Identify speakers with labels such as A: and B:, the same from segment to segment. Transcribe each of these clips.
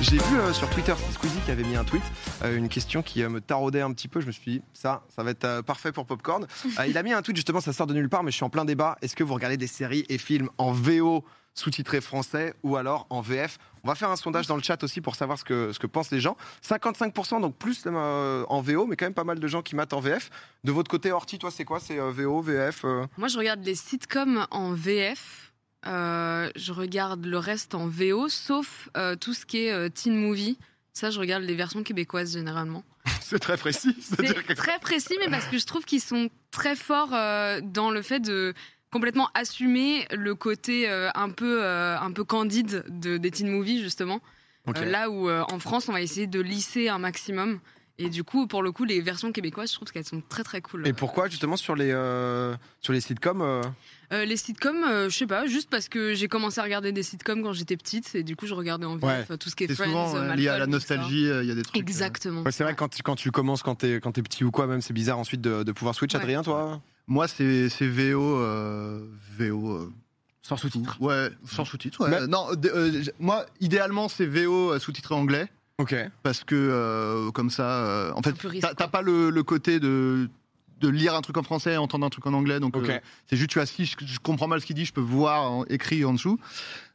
A: j'ai vu euh, sur Twitter c'est Squeezie qui avait mis un tweet, euh, une question qui euh, me taraudait un petit peu. Je me suis dit, ça, ça va être euh, parfait pour Popcorn. Euh, il a mis un tweet, justement, ça sort de nulle part, mais je suis en plein débat. Est-ce que vous regardez des séries et films en VO sous-titré français ou alors en VF On va faire un sondage dans le chat aussi pour savoir ce que, ce que pensent les gens. 55%, donc plus euh, en VO, mais quand même pas mal de gens qui matent en VF. De votre côté, Horty, toi, c'est quoi C'est euh, VO, VF euh
B: Moi, je regarde les sitcoms en VF. euh, je regarde le reste en VO, sauf euh, tout ce qui est euh, teen movie. Ça, je regarde les versions québécoises généralement.
A: C'est très précis. c'est-à-dire que-
B: C'est très précis, mais parce que je trouve qu'ils sont très forts euh, dans le fait de complètement assumer le côté euh, un peu euh, un peu candide de, des teen movies justement.
A: Ok.
B: Euh, là où euh, en France, on va essayer de lisser un maximum. Et du coup, pour le coup, les versions québécoises, je trouve qu'elles sont très très cool.
A: Et pourquoi, justement, sur les, euh, sur les sitcoms euh,
B: Euh, les sitcoms, euh, je sais pas, juste parce que j'ai commencé à regarder des sitcoms quand j'étais petite et du coup je regardais en
C: Ouais.
B: VF euh, tout ce qui est
C: C'est
B: Friends,
C: souvent
B: euh,
C: euh,
B: Malcolm,
C: lié à
B: tout
C: la
B: ça.
C: nostalgie, euh, il y a des trucs. euh,
B: Exactement.
A: Ouais, c'est vrai que quand, tu- quand tu commences, quand t'es quand t'es petit ou quoi, même c'est bizarre ensuite de, de pouvoir switch.
B: Ouais.
A: Adrien, toi
C: Moi, c'est c'est VO. euh, VO. euh,
D: Sans sous-titres.
C: ouais, sans sous-titres. ouais.
A: Mais-
C: Non, d- euh, j- moi, idéalement, c'est VO euh, sous-titré anglais.
A: Ok.
C: Parce que, euh, comme ça. euh, en fait,
B: plus riche,
C: t'as-
B: quoi.
C: t'as pas le, le côté de de lire un truc en français et entendre un truc en anglais donc
A: Ok.
C: euh, c'est juste tu assis je, je comprends mal ce qu'il dit je peux voir en- écrit en dessous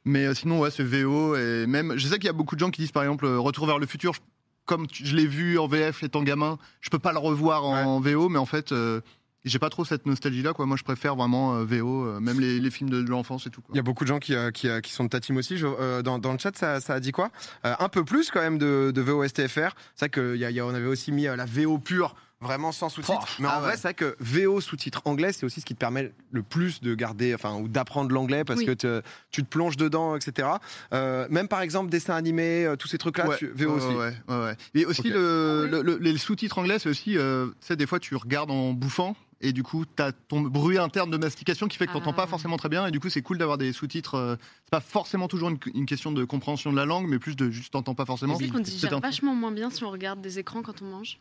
C: mais euh, sinon ouais c'est VO et même je sais qu'il y a beaucoup de gens qui disent par exemple euh, Retour vers le futur je- comme tu- je l'ai vu en VF étant gamin je peux pas le revoir en, VO mais en fait euh, j'ai pas trop cette nostalgie là quoi moi je préfère vraiment euh, VO euh, même les, les films de, de l'enfance et tout quoi.
A: Il y a beaucoup de gens qui, euh, qui, euh, qui sont de ta team aussi. Je- euh, dans, dans le chat, ça, ça a dit quoi Euh, Un peu plus quand même de, de VO STFR. C'est vrai qu'on y a- il y a- on avait aussi mis euh, la VO pure, vraiment sans sous-titres.
C: Oh,
A: Mais en
C: ah
A: vrai,
C: ouais.
A: c'est vrai que VO sous-titres anglais, c'est aussi ce qui te permet le plus de garder, enfin, ou d'apprendre l'anglais parce
B: Oui.
A: que te- tu te plonges dedans, etc. Euh, même par exemple, dessin animé, euh, tous ces trucs-là,
C: Ouais,
A: tu- VO
C: ouais,
A: aussi.
C: ouais, ouais, ouais. Et aussi,
A: Ok.
C: le,
B: Ah ouais.
C: le- le- les sous-titres anglais, c'est aussi, euh, tu sais, des fois, tu regardes en bouffant. Et du coup, t'as ton bruit interne de mastication qui fait que t'entends
B: Ah.
C: pas forcément très bien. Et du coup, c'est cool d'avoir des sous-titres. euh, c'est pas forcément toujours une, une question de compréhension de la langue, mais plus de juste t'entends pas
B: Tu
C: forcément.
B: sais qu'on
C: C'est
B: digère
C: un-
B: vachement moins bien si on regarde des écrans quand on mange.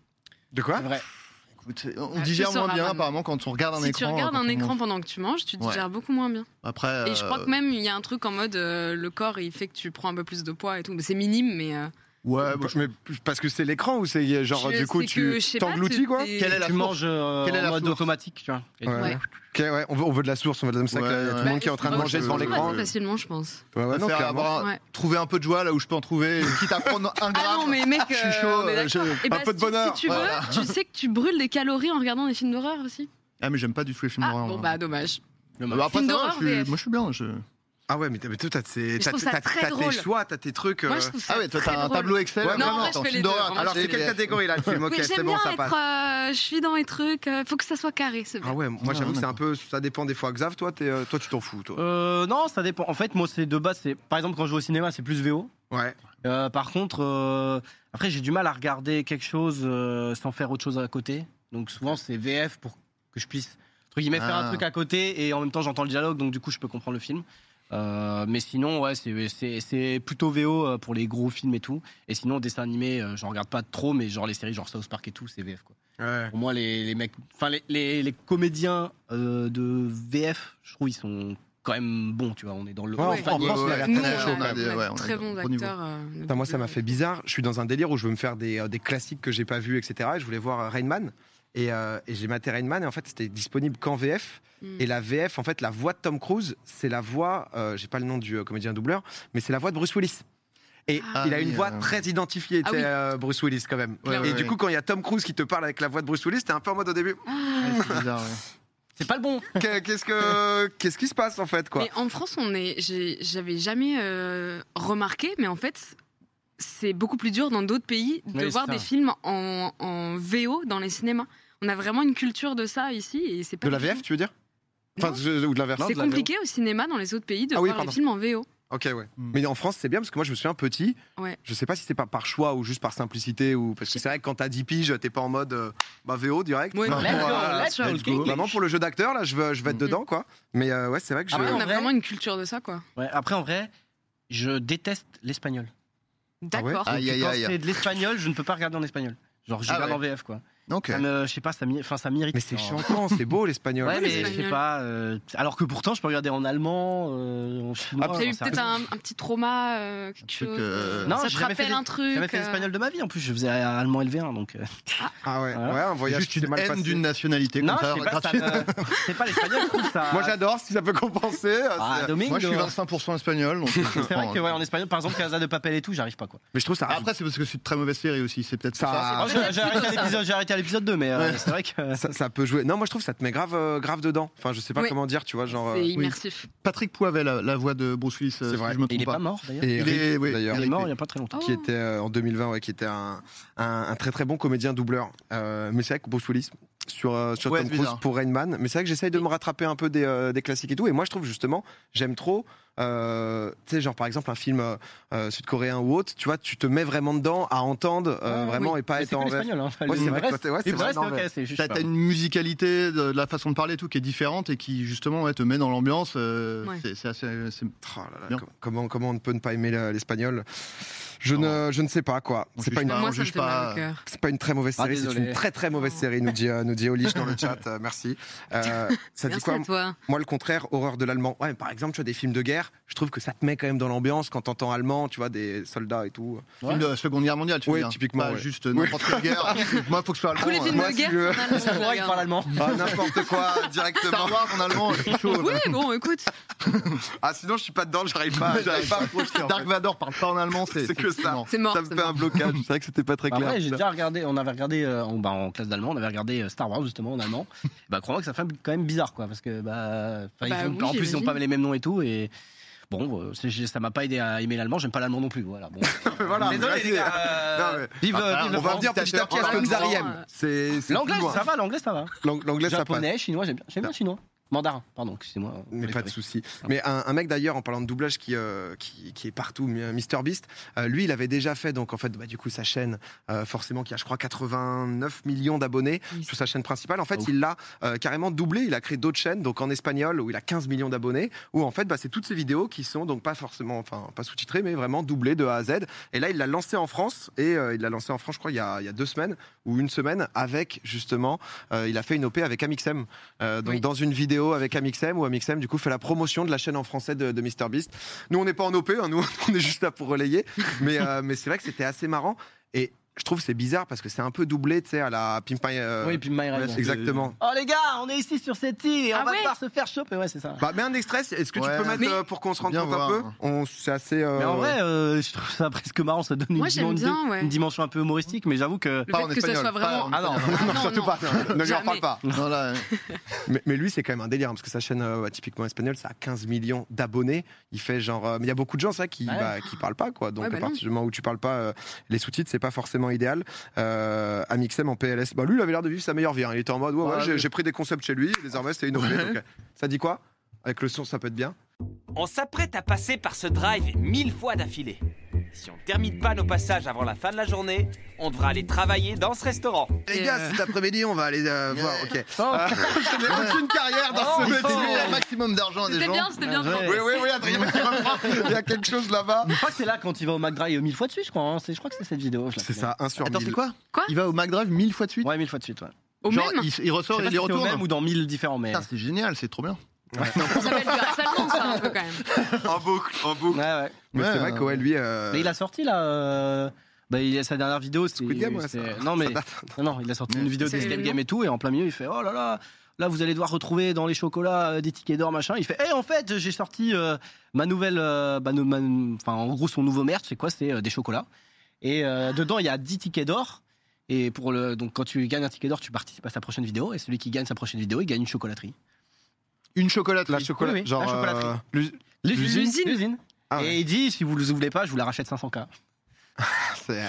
A: De quoi
C: Hein
D: C'est vrai.
C: Écoute, on
B: Ah, tu
C: digère
B: sauras
C: moins bien
B: maintenant.
C: apparemment quand on regarde Ah, un
B: si
C: écran.
B: tu regardes
C: quand
B: un
C: on
B: écran
C: mange.
B: pendant que tu manges, tu
C: Ouais.
B: digères beaucoup moins bien.
C: Après,
B: Et je crois
C: euh,
B: que même il y a un truc en mode euh, le corps il fait que tu prends un peu plus de poids et tout. Mais C'est minime, mais. euh,
C: ouais, bon,
A: Mais parce que c'est l'écran ou c'est genre
B: je-
A: du coup
B: c'est que,
A: tu
B: je sais pas,
A: t'engloutis quoi
B: t'es-
C: Quelle est la
D: tu
C: source
D: manges euh,
C: Quelle est
D: en
C: la
D: mode
C: source
D: automatique, tu vois. Et
A: Ouais.
D: du coup,
B: Ouais.
A: Ok, ouais, on, veut, on veut de la source, on veut de la ça,
C: Ouais,
A: qu'il y a tout
C: ouais.
A: le monde qui est en train de
C: Bah,
A: manger
C: c'est
A: devant
C: vrai,
A: l'écran.
C: ouais.
B: facilement, je pense.
A: Ouais, ouais,
C: je
A: non,
C: préfère
A: clairement.
C: avoir un-
B: Ouais.
C: trouver un peu de joie là où je peux en trouver, quitte à prendre un gramme.
B: Ah non, mais mec,
C: je suis
B: euh,
C: chaud.
B: on est
C: euh, je-
B: Et
A: Un
B: bah,
A: peu de
B: si-
A: bonheur,
B: Si tu veux,
C: voilà.
B: tu sais que tu brûles des calories en regardant des films d'horreur aussi.
C: Ah mais j'aime pas du tout les films
B: Ah,
C: d'horreur,
B: bon,
C: hein.
B: bah, dommage.
C: Bah,
B: Film
C: après, ça va,
B: d'horreur,
C: je suis-
B: VF.
C: moi je suis bien. Je...
A: Ah ouais, mais t'as- mais toi, t'as tes,
B: je
A: t'as-
B: trouve ça
A: t'as-
B: très
A: t'as tes
B: drôle.
A: choix, t'as tes trucs.
B: Moi,
A: euh.
B: je trouve ça
C: Ah ouais, toi
B: très
C: t'as un
B: drôle.
C: tableau Excel.
A: Ouais,
B: non,
C: vraiment,
B: moi, je
C: t'en
B: fais les
C: film
B: deux,
C: d'horreur.
B: vraiment,
A: Alors,
C: j'ai
A: c'est
C: les-
A: quelle catégorie là le film Ok,
B: Mais
A: c'est
B: j'aime
A: bon,
B: bien
A: ça
B: être.
A: passe.
B: euh, je suis dans les trucs, euh, faut que ça soit carré, c'est bien.
A: Ah ouais, moi
C: Ah,
A: j'avoue que c'est
C: d'accord.
A: un peu. Ça dépend des fois. Xav, toi, t'es, euh, toi tu t'en fous, toi.
D: Euh, non, ça dépend. En fait, moi, c'est de base. C'est par exemple quand je vais au cinéma, c'est plus VO.
A: Ouais.
D: Euh, par contre, euh, après, j'ai du mal à regarder quelque chose euh, sans faire autre chose à côté. Donc souvent, c'est VF pour que je puisse entre guillemets, faire
C: Ah.
D: un truc à côté et en même temps, j'entends le dialogue, donc du coup, je peux comprendre le film. Euh, mais sinon, ouais, c'est- c'est c'est plutôt VO euh, pour les gros films et tout. Et sinon, dessin animé, euh, j'en regarde pas trop, mais genre les séries, genre South Park et tout, c'est VF quoi.
A: Ouais.
D: Pour moi, les, les mecs, enfin les, les, les comédiens euh, de VF, je trouve ils sont quand même bons, tu vois. On est dans le.
A: Ouais, en
D: enfin,
A: France,
C: ouais,
A: on a l'air
C: ouais, Ah, ouais,
B: Nous,
A: très
B: on
A: chaud, quand
B: a-
C: on a
A: même.
C: des-
B: on a
C: ouais, on
B: de
C: a
B: euh, très
C: des
B: bons
C: bons niveaux.
B: acteurs. euh, de
A: Putain, moi, ça m'a
B: doublage.
A: fait bizarre. Je suis dans un délire où je veux me faire des, euh, des classiques que j'ai pas vus, etc. Et je voulais voir euh, Rain Man. Et, euh, et j'ai maté Rain Man. Et en fait, c'était disponible qu'en VF.
B: Mm.
A: Et la VF, en fait, la voix de Tom Cruise, c'est la voix. euh, j'ai pas le nom du euh, comédien doubleur, mais c'est la voix de Bruce Willis. Et
B: Ah
A: il a
C: oui,
A: une voix
C: euh,
A: très identifiée,
B: Ah
A: tu sais,
B: oui.
A: euh, Bruce Willis quand même.
C: Ouais,
A: et
C: ouais,
A: du
C: ouais.
A: coup, quand il y a Tom Cruise qui te parle avec la voix de Bruce Willis, t'es un peu en mode au début.
C: Ouais, c'est bizarre, ouais.
D: C'est pas le bon.
A: Qu'est- Qu'est-ce que qu'est-ce qui se passe en fait quoi
B: Mais en France, on est, j'ai- j'avais jamais euh, remarqué, mais en fait, c'est beaucoup plus dur dans d'autres pays de
D: Oui,
B: voir
D: c'est ça.
B: des films en, en VO dans les cinémas. On a vraiment une culture de ça ici, et c'est pas
A: De la
B: du tout-
A: VF, tu veux dire Enfin,
B: Non.
A: je- ou de l'inverse
B: C'est compliqué au cinéma dans les autres pays de
A: Ah oui,
B: voir
A: pardon.
B: les films en VO.
A: Ok, ouais.
C: Hmm.
A: Mais en France, c'est bien parce que moi, je me souviens petit.
B: Ouais.
A: Je sais pas si c'est pas par choix ou juste par simplicité ou parce que c'est vrai que quand t'as 10 piges, t'es pas en mode euh, bah, VO direct.
B: Ouais, Mm.
A: Enfin,
C: let's
A: pour,
C: go,
A: euh,
D: let's go,
A: let's go.
D: okay.
A: Vraiment pour le jeu d'acteur, là, je veux, je veux être
C: Hmm.
A: dedans, quoi. Mais euh, ouais, c'est vrai que je.
D: Ah ouais,
B: on
D: en
B: a
D: vrai
B: vraiment une culture de ça, quoi.
D: Ouais, après, en vrai, je déteste l'espagnol.
A: Ah ouais
B: D'accord.
C: Aïe,
D: Donc,
C: aïe,
D: quand
C: aïe.
D: c'est de l'espagnol, je ne peux pas regarder en espagnol. Genre, je
C: Ah
D: regarde
C: ouais.
D: en VF, quoi.
C: Ok.
D: Ça me- je sais pas, ça m'irrite. Enfin, ça m'irrite.
A: Mais c'est
D: Genre,
A: chantant, c'est beau l'espagnol.
D: Ouais, mais je
B: l'espagnol.
D: sais pas. euh, alors que pourtant, je peux regarder en allemand, euh, en chinois.
B: Ah, T'as eu
D: j'en sais
B: peut-être
D: rien.
B: un, un petit trauma, euh, quelque
C: truc,
B: chose.
C: euh,
D: Non,
B: ça
D: j'ai
B: te
D: jamais fait
B: rappelle
D: des-
B: un truc.
D: J'ai jamais fait
B: euh,
D: l'espagnol de ma vie en plus, je faisais allemand LV1 donc. euh,
A: Ah ouais,
D: Voilà.
A: ouais un voyage
C: Juste
A: qui s'est
C: une
A: mal
C: haine
A: passé.
C: d'une nationalité.
D: Non,
C: comme ça,
D: je sais pas, ça
C: gratuit.
D: me- c'est pas l'espagnol, je trouve ça.
A: Moi j'adore si ça peut compenser. euh,
D: Ah,
A: c'est-
D: Domingo.
C: Moi, je suis 25% espagnol. donc je
D: C'est vrai
C: comprends,
D: que
C: hein.
D: ouais, en espagnol, par exemple, Casa de Papel et tout, j'arrive pas quoi.
A: mais je trouve ça.
C: Ah, Après, c'est parce que c'est de très mauvaise série aussi. C'est peut-être
A: Ça-
C: ça.
A: Ah,
D: Oh, j'ai j'ai arrêté à l'épisode- j'ai arrêté à l'épisode 2, mais euh,
C: Ouais.
D: c'est vrai que.
A: ça, ça peut jouer. Non, moi je trouve que ça te met grave, euh, grave dedans. Enfin, je sais pas
B: Oui.
A: comment dire, tu vois, genre. euh,
B: C'est immersif.
C: Patrick Poivet, la, la voix de Bruce Willis, euh,
A: C'est
C: si
A: vrai.
C: je me trompe
D: Il est pas
C: pas.
D: mort d'ailleurs.
A: Et
C: Il
A: Rick,
C: est- oui,
A: d'ailleurs.
D: Il est
A: Rick,
D: mort il y a pas très
B: Oh.
D: longtemps.
A: qui était euh, en 2020, ouais, qui était un, un- un très très bon comédien doubleur. Euh, mais c'est vrai que Bruce Willis sur, euh, sur
C: Ouais,
A: Tom
C: c'est
A: Cruise
C: bizarre.
A: pour Rain Man. Mais c'est vrai que j'essaye de me rattraper un peu des, euh, des classiques et tout. Et moi, je trouve justement, j'aime trop. euh, tu sais, genre par exemple un film euh, euh, sud-coréen ou autre, tu vois, tu te mets vraiment dedans à entendre euh,
D: Ouais,
A: vraiment et pas
D: Mais
A: être
D: c'est que
A: en VF.
D: l'espagnol. hein.
A: Ouais, c'est vrai
D: Le
A: que toi,
D: reste-
A: t'es- ouais, c'est
D: le
A: vrai,
D: reste,
A: non, mais-
D: ok, c'est juste.
C: T'as t'as une musicalité, de, de la façon de parler et tout qui est différente et qui justement ouais, te met dans l'ambiance. euh,
B: Ouais.
C: c'est- C'est assez. c'est-
A: Oh là là,
C: Bien.
A: com- comment, comment on ne peut ne pas aimer la- l'espagnol je ne, je ne sais pas quoi.
C: On
A: C'est
C: juge
A: pas, une-
C: pas.
B: Ah, Moi,
C: on
B: ça me
C: juge
B: fait mal
C: pas.
B: au cœur.
A: c'est pas une très mauvaise
D: Ah,
A: série, c'est
D: désolé.
A: une très très mauvaise série, nous dit, euh, nous dit Olish dans le chat. Euh, merci. Euh, ça dit
B: Merci
A: quoi
B: à toi.
A: Moi, le contraire, horreur de l'allemand. Ouais, mais par exemple, tu vois, des films de guerre, je trouve que ça te met quand même dans l'ambiance quand t'entends allemand, tu vois, des soldats et tout.
D: Ouais.
C: Film de la Seconde Guerre mondiale, tu
A: Ouais,
C: veux dire.
A: typiquement,
C: Pas
A: ouais.
C: juste euh, n'importe quelle guerre. Moi, faut que ce soit allemand.
B: Tous les films
C: hein.
A: Ah, moi,
B: de
A: si
B: guerre.
A: je-
B: sont mal,
D: C'est vrai, il parle
B: regarde.
D: allemand.
A: Ah, n'importe quoi, directement.
C: Star Wars en allemand, c'est chaud. euh,
B: Oui, bon, écoute.
A: Ah, sinon, je suis pas dedans, j'arrive pas, j'arrive pas à me projeter. en
C: Dark
A: fait.
C: Vador parle pas en allemand, c'est
A: C'est que ça.
C: non.
B: C'est mort.
A: Ça me
B: c'est
A: fait un
B: mort.
A: blocage. C'est vrai que c'était pas très
D: Bah,
A: clair.
D: après, j'ai déjà regardé, on avait regardé euh, en, bah, en classe d'allemand, on avait regardé euh, Star Wars justement en allemand. bah, crois-moi que ça fait quand même bizarre quoi, parce que bah, enfin, ils
B: Bah
D: ont-
B: oui,
D: en plus ils ont pas
B: j'imagine.
D: les mêmes noms et tout. Et bon, euh, c'est- j'ai- ça m'a pas aidé à aimer l'allemand, j'aime pas l'allemand non plus. Voilà, bon.
A: voilà,
D: Désolé,
A: vas-y.
D: les gars, euh,
A: Non, mais-
D: Vive,
C: Ah,
D: euh, vive
C: on
D: le
A: On va
D: France.
A: dire petit à petit à ce que
B: dictateur.
A: Xari aime. C'est- c'est
D: L'anglais
A: plus loin.
D: ça va, l'anglais ça va.
A: L'ang- L'anglais, ça passe.
D: Japonais, chinois, j'aime bien, j'aime bien chinois. Mandarin, pardon, excusez-moi. euh,
A: Mais
D: pour les
A: pas de
D: conneries.
A: souci.
D: Ah.
A: Mais un, un mec d'ailleurs, en parlant de doublage qui, euh, qui, qui est partout, Mister Beast, euh, lui, il avait déjà fait, donc en fait, bah, du coup, sa chaîne, euh, forcément, qui a, je crois, 89 millions d'abonnés
B: Oui.
A: sur sa chaîne principale. En fait,
D: Oh.
A: il l'a euh, carrément doublé. Il a créé d'autres chaînes, donc en espagnol, où il a 15 millions d'abonnés, où en fait, bah, c'est toutes ces vidéos qui sont donc pas forcément, enfin, pas sous-titrées, mais vraiment doublées de A à Z. Et là, il l'a lancé en France, et euh, il l'a lancé en France, je crois, il y, a, il y a deux semaines ou une semaine, avec justement, euh, il a fait une OP avec Amixem. Euh, donc
B: Oui.
A: dans une vidéo avec Amixem où Amixem du coup fait la promotion de la chaîne en français de, de MrBeast. Nous on n'est pas en OP, hein, nous on est juste là pour relayer, mais, euh, mais c'est vrai que c'était assez marrant et je trouve que c'est bizarre parce que c'est un peu doublé tu sais à la Pimpin. euh,
D: Oui, et puis My Rival.
A: exactement.
D: Oh les gars, on est ici sur cette île et on
B: Ah
D: va
B: ouais
D: devoir se faire choper. Ouais, c'est ça.
A: Bah mets un extrait, est-ce que
C: Ouais.
A: tu peux mettre
B: Mais-
A: euh, pour qu'on se rende
C: Bien
A: compte un
C: voir,
A: peu
C: hein.
A: On- C'est assez. euh,
D: Mais en vrai, euh, je trouve ça presque marrant, ça donne une,
B: Moi,
D: dimen-
B: j'aime bien,
D: une-
B: ouais.
D: une dimension un peu humoristique, mais j'avoue que.
B: Le
C: Pas
B: fait
C: en
B: que ça
C: espagnol,
B: soit
C: pas
B: vraiment.
C: en-
D: Ah non,
B: Ah non,
A: surtout
B: non.
A: pas. Ne lui en parle
B: Jamais.
A: pas.
C: Non, là,
A: Mais, mais lui, c'est quand même un délire, hein, parce que sa chaîne, euh, bah, typiquement espagnole, ça a 15 millions d'abonnés. Il fait genre. euh, mais il y a beaucoup de gens, ça, qui,
D: Ouais.
A: bah, qui parlent pas, quoi. Donc,
B: Ouais, bah
A: à
B: non.
A: partir du moment où tu parles pas, euh, les sous-titres, c'est pas forcément idéal. Euh, Amixem en PLS, bah, lui, il avait l'air de vivre sa meilleure vie. hein. Il était en mode, ouais, ouais,
C: Ouais,
A: j'ai-
C: ouais.
A: j'ai pris des concepts chez lui, désormais, c'était une OP, donc, euh, Ça dit quoi Avec le son, ça peut être bien.
E: On s'apprête à passer par ce drive mille fois d'affilée. Si on ne termine pas nos passages avant la fin de la journée, on devra aller travailler dans ce restaurant.
A: Les
B: Et
A: gars,
B: euh,
A: cet après-midi, on va aller euh, voir. Ok.
D: Oh,
A: Euh, je n'ai aucune carrière dans
D: Oh,
A: ce
C: Distribuer
A: métier.
C: un maximum d'argent à des
B: C'était
C: gens.
B: bien, c'était bien.
D: Ouais.
A: Oui, oui, oui, Adrien qui reprend. Il y a quelque chose là-bas.
D: Je crois que c'est là quand il va au McDry euh, mille fois de suite, je crois. hein. C'est- Je crois que c'est cette vidéo. je la
A: C'est
D: connais.
A: ça, un sur
C: Attends, c'est
A: 1000.
C: quoi
B: Quoi
C: Il va au McDrive mille fois de suite.
D: Ouais, mille fois de suite. Ouais.
B: Au
C: Genre,
B: même.
C: il, il
D: Je
C: ressort
D: sais
C: et il les
D: pas si c'est au
C: retourne.
D: même ou dans mille différents, mais.
C: Putain, C'est génial, c'est trop bien.
B: Ça s'appelle du harcèlement, ça, un peu quand même.
A: En boucle, en boucle.
D: Ouais, ouais.
A: Mais
C: Ouais,
A: c'est vrai que ouais, lui. euh,
D: Mais il a sorti là. euh, Bah, il a sa dernière vidéo, c'est.
A: Squid Game, ouais,
D: c'est-
A: ça-
D: Non, mais.
A: ça date.
D: Non, non, il a sorti une vidéo
B: C'est
D: d'Escape
B: évident.
D: Game et tout, et en plein milieu, il fait Oh là là, là, vous allez devoir retrouver dans les chocolats euh, des tickets d'or, machin. Il fait Eh, en fait, j'ai sorti euh, ma nouvelle. euh, bah, no- ma- Enfin, en gros, son nouveau merch, c'est quoi C'est euh, des chocolats. Et euh, dedans, il y a 10 tickets d'or. Et pour le, donc, quand tu gagnes un ticket d'or, tu participes à sa prochaine vidéo. Et celui qui gagne sa prochaine vidéo, il gagne une chocolaterie.
C: Une chocolate.
A: La chocolat,
D: Oui, oui,
A: genre.
D: la chocolaterie.
A: euh, l'us-
B: L'usine.
D: L'usine.
A: Ah ouais.
D: Et il dit Si vous ne voulez pas, je vous la rachète 500K.
A: c'est-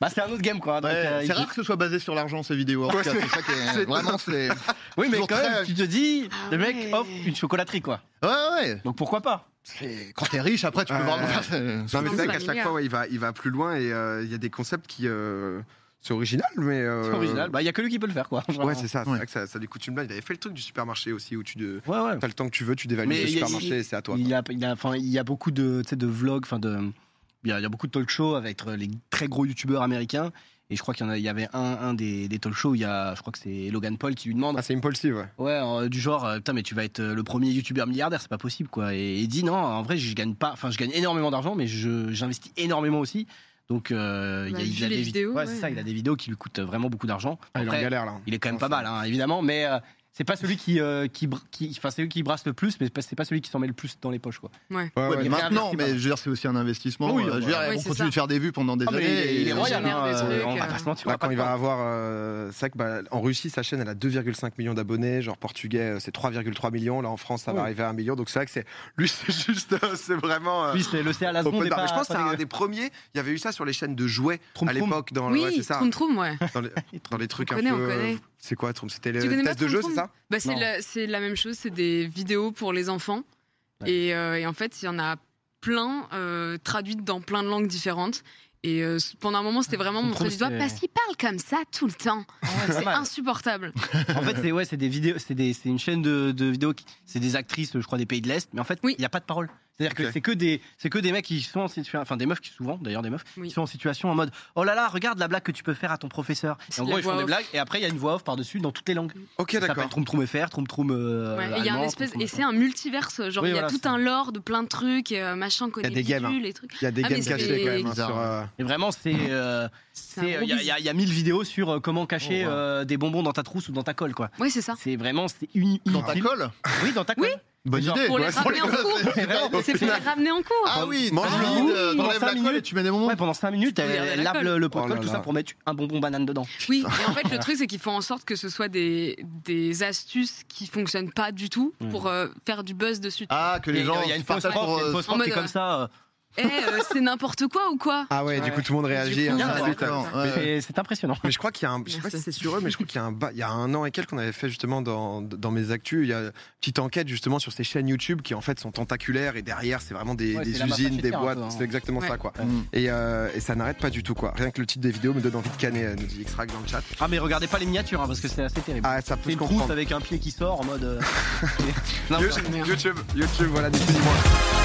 D: Bah, c'est un autre game, quoi. Donc,
C: Ouais,
D: euh,
C: c'est
D: il dit-
C: rare que ce soit basé sur l'argent ces vidéos. En tout cas, c'est ça qui est- vraiment c'est.
D: Oui, mais
C: toujours
D: quand même,
C: très-
D: tu te dis
A: Ah
D: Le mec
B: ouais.
D: offre une chocolaterie, quoi.
C: Ouais ouais.
D: Donc, pourquoi pas
C: C'est- Quand t'es riche, après tu peux
A: Ouais.
C: vraiment faire. euh,
A: Non, mais c'est vrai
B: c'est
A: qu'à chaque
B: familial.
A: fois, ouais, il, va, il va plus loin et euh, il y a des concepts qui. euh, c'est original, mais. euh,
D: C'est original. Bah, il y a que lui qui peut le faire, quoi.
A: Ouais, c'est ça, c'est
C: Ouais.
A: vrai que ça, ça lui coûte une blague. Il avait fait le truc du supermarché aussi, où tu de...
D: Ouais, ouais.
A: as le temps que tu veux, tu dévalues
D: Mais
A: le
D: il y a-
A: supermarché et c'est à toi.
D: Il y a, il y a, enfin, il y a beaucoup de, tu sais, de vlogs, enfin de il y, a, il y a beaucoup de talk shows avec euh, les très gros youtubeurs américains. Et je crois qu'il y, en a- il y avait un, un des, des talk shows, il y a, je crois que c'est Logan Paul qui lui demande
A: Ah, c'est impulsive, ouais.
D: Ouais, euh, du genre, euh, putain, mais tu vas être euh, le premier youtubeur milliardaire, c'est pas possible, quoi. Et il dit, non, en vrai, je gagne pas, enfin, je gagne énormément d'argent, mais je- j'investis énormément aussi. Donc, euh, il y
B: Bah,
D: a, il
B: vu
D: a
B: les
D: des
B: vidéos,
D: ouais, c'est
B: ouais.
D: ça, il a des vidéos qui lui coûtent vraiment beaucoup d'argent.
A: Ah, il est en
D: Après,
A: galère là.
D: il est quand même pas
A: Enfin,
D: mal, hein, évidemment, mais euh, c'est pas celui qui, euh, qui, br- qui- enfin, c'est celui qui brasse le plus, mais c'est pas- c'est pas celui qui s'en met le plus dans les poches, quoi.
A: Ouais,
C: Ouais,
A: ouais,
C: mais
D: il
C: maintenant,
D: réinvestit
C: mais
D: pas.
C: je veux dire, c'est aussi un investissement.
D: Oui,
C: Euh, je veux dire,
B: oui,
C: on
B: c'est
C: continue
B: ça.
C: de faire des vues pendant des
D: Ah, mais
C: années.
D: il, est- il est
C: et-
D: royal,
B: génère
D: hein,
B: des
D: euh,
B: trucs,
D: on va
B: euh.
D: pas se mentir. on
A: Là,
D: va pas
A: Bah, quand il
D: le
A: va
D: prendre.
A: avoir. euh, c'est vrai que, bah, en Russie, sa chaîne, elle a 2,5 millions d'abonnés. Genre, portugais, euh, c'est 3,3 millions. Là, en France, ça va
D: Oui.
A: arriver à 1 million. Donc, c'est vrai que c'est. Lui, c'est juste. euh, c'est vraiment. euh,
D: Lui, c'est le CA la
A: open
D: seconde.
A: bar. Mais je pense que c'est un des premiers. Il y avait eu ça sur les chaînes de jouets à l'époque. Dans, ouais,
B: Oui,
A: c'est ça.
B: Troum Troum, ouais.
A: Dans les, dans les trucs
B: On
A: un
B: connaît, on
A: peu. euh,
B: connaît.
A: C'est quoi, Troum C'était les
B: Tu connais pas
A: tests de
B: Troum
A: jeu,
B: Troum
A: c'est ça
B: Bah, c'est,
D: Non.
B: la, c'est la même chose, c'est des vidéos pour les enfants.
D: Ouais.
B: Et, euh, et en fait, il y en a plein euh, traduites dans plein de langues différentes. Et euh, pendant un moment, c'était vraiment
D: Troum
B: montré
D: Troum,
B: du doigt
D: c'est-
B: parce qu'il parle comme ça tout le temps.
D: c'est
B: C'est insupportable.
D: En fait, c'est ouais, c'est des vidéos, c'est des- c'est une chaîne de, de vidéos, qui- c'est des actrices, je crois, des pays de l'est, mais en fait, il
B: Oui.
D: n'y a pas de parole. C'est-à-dire que
A: Ok.
D: c'est que des, c'est que des mecs qui sont en situation, enfin des meufs qui souvent, d'ailleurs des meufs,
B: Oui.
D: qui sont en situation en mode, oh là là, regarde la blague que tu peux faire à ton professeur. Et en
B: La
D: gros, ils font
B: voix
D: des
B: off.
D: blagues, et après il y a une voix off par dessus dans toutes les langues.
A: Ok,
D: Ça s'appelle
A: d'accord.
D: Troum Troum FR, Troum Troum. euh,
B: Ouais, et il y a un
D: allemand,
B: espèce,
D: Troum
B: et
D: Troum
B: c'est un multiverse. Genre,
D: Oui,
B: il y a
D: voilà,
B: tout
D: c'est-
B: un lore de plein de trucs, et, euh, machin,
A: y a des games, hein.
B: les trucs.
A: Il y a des
B: Ah, mais
A: games
B: c'est-
A: cachés quand même. hein,
C: bizarre.
A: sur, euh,
D: Et vraiment, c'est, euh,
B: C'est un
D: c'est,
B: gros
D: il y, a- il y a- il y a mille vidéos sur euh, comment cacher
C: Oh, wow.
D: euh, des bonbons dans ta trousse ou dans ta colle, quoi.
B: Ouais, c'est ça.
D: C'est vraiment, c'est uni.
C: Dans ta
D: inutile.
C: colle
D: Oui, dans ta colle.
B: Ah. Oui.
C: Bonne
D: Genre,
C: idée.
B: Pour les
C: Ouais,
B: ramener en cours.
D: C'est vraiment-
B: C'est pour les ramener en cours.
C: Ah oui,
A: Mange
C: t'as
A: le
C: envie
D: bout,
C: de-
D: dans
C: t'enlèves
D: cinq
C: la colle
D: minutes.
C: et tu mets des bonbons.
D: Ouais, pendant 5 minutes,
B: Tu peux
D: elle,
B: garder
D: elle
B: la
D: lave
B: colle.
D: le, le pot de
A: Oh là
D: colle, tout
A: là.
D: ça pour mettre un bonbon banane dedans.
B: Oui, et en fait, le truc, c'est qu'ils font en sorte que ce soit des, des astuces qui fonctionnent pas du tout pour euh, faire du buzz dessus.
C: Ah, que les
D: Et,
C: gens
D: euh, il y a une fausse
C: partagent
D: prof,
C: pour.
D: il y a une
C: euh,
D: fausse
B: en
D: prof qui est
B: mode,
D: comme ça. euh,
B: Eh, euh, c'est n'importe quoi ou quoi
A: Ah ouais, du
D: Ouais.
A: coup, tout le monde réagit.
B: coup,
A: hein,
B: il y a
A: tout de
B: un
A: suite, hein.
B: rapport.
C: Exactement, ouais.
D: c'est- C'est impressionnant.
A: Mais je crois qu'il y a un, je sais pas
B: Merci.
A: si c'est sur eux, mais je crois qu'il y a un, ba- il y a un an et quelques qu'on avait fait justement dans, dans mes actus, il y a une petite enquête justement sur ces chaînes YouTube qui en fait sont tentaculaires et derrière c'est vraiment des,
D: Ouais,
A: des
D: c'est la
A: usines,
D: mafia
A: des
D: cafetière,
A: boîtes,
D: un peu, hein.
A: c'est exactement
B: Ouais.
A: ça quoi.
D: Ouais.
C: Mm.
A: Et, euh, et ça n'arrête pas du tout quoi. Rien que le titre des vidéos me donne envie de canner, euh, nous dit Extract dans le chat.
D: Ah, mais regardez pas les miniatures, hein, parce que c'est assez terrible.
A: Ah ça peut
D: c'est
A: se
D: une trousse
A: comprendre.
D: avec un pied qui sort en mode. euh, non,
A: YouTube, YouTube, YouTube, voilà des petits mois.